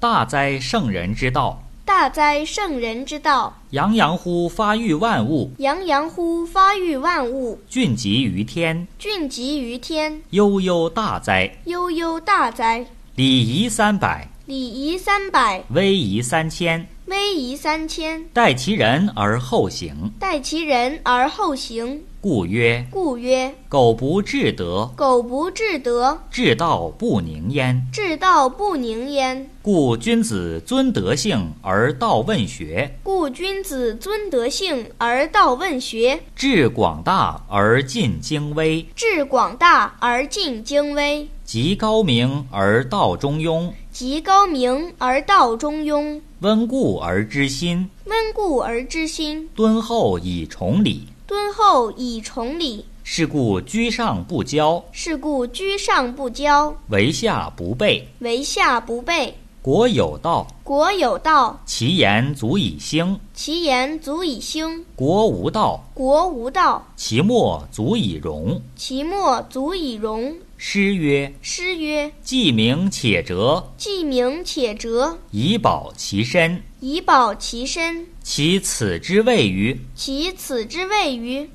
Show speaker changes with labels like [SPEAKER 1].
[SPEAKER 1] 大哉圣人之道！
[SPEAKER 2] 大哉圣人之道！
[SPEAKER 1] 洋洋乎发育万物，
[SPEAKER 2] 洋洋乎发育万物，
[SPEAKER 1] 俊极于天，
[SPEAKER 2] 俊极于天，
[SPEAKER 1] 悠悠大哉！
[SPEAKER 2] 悠悠大哉！
[SPEAKER 1] 礼仪三百，
[SPEAKER 2] 礼仪三百，
[SPEAKER 1] 威仪三千，
[SPEAKER 2] 威仪三千，
[SPEAKER 1] 待其人而后行。
[SPEAKER 2] 待其人而后行。
[SPEAKER 1] 故曰：
[SPEAKER 2] 故曰：
[SPEAKER 1] 苟不至德，
[SPEAKER 2] 苟不至德，
[SPEAKER 1] 至道不凝焉。
[SPEAKER 2] 至道不凝焉。
[SPEAKER 1] 故君子尊德性而道问学，
[SPEAKER 2] 故君子尊德性而道问学，
[SPEAKER 1] 志广大而尽精微，
[SPEAKER 2] 志广大而尽精微，
[SPEAKER 1] 极高明而道中庸，
[SPEAKER 2] 极高明而道中庸。
[SPEAKER 1] 温故而知新，
[SPEAKER 2] 温故而知新，
[SPEAKER 1] 敦厚以崇礼。
[SPEAKER 2] 敦厚以崇礼。
[SPEAKER 1] 是故居上不骄，
[SPEAKER 2] 是故居上不骄，
[SPEAKER 1] 为下不备。
[SPEAKER 2] 为下不备。
[SPEAKER 1] 国有道，
[SPEAKER 2] 国有道，
[SPEAKER 1] 其言足以兴；
[SPEAKER 2] 其言足以兴；
[SPEAKER 1] 国无道，
[SPEAKER 2] 国无道，
[SPEAKER 1] 其莫足以容。
[SPEAKER 2] 其莫足以容。
[SPEAKER 1] 诗曰
[SPEAKER 2] 诗曰：“
[SPEAKER 1] 既明且哲，：“
[SPEAKER 2] 既明且哲，
[SPEAKER 1] 以保其身。
[SPEAKER 2] 以保其身。
[SPEAKER 1] 其此之谓于
[SPEAKER 2] 其此之谓于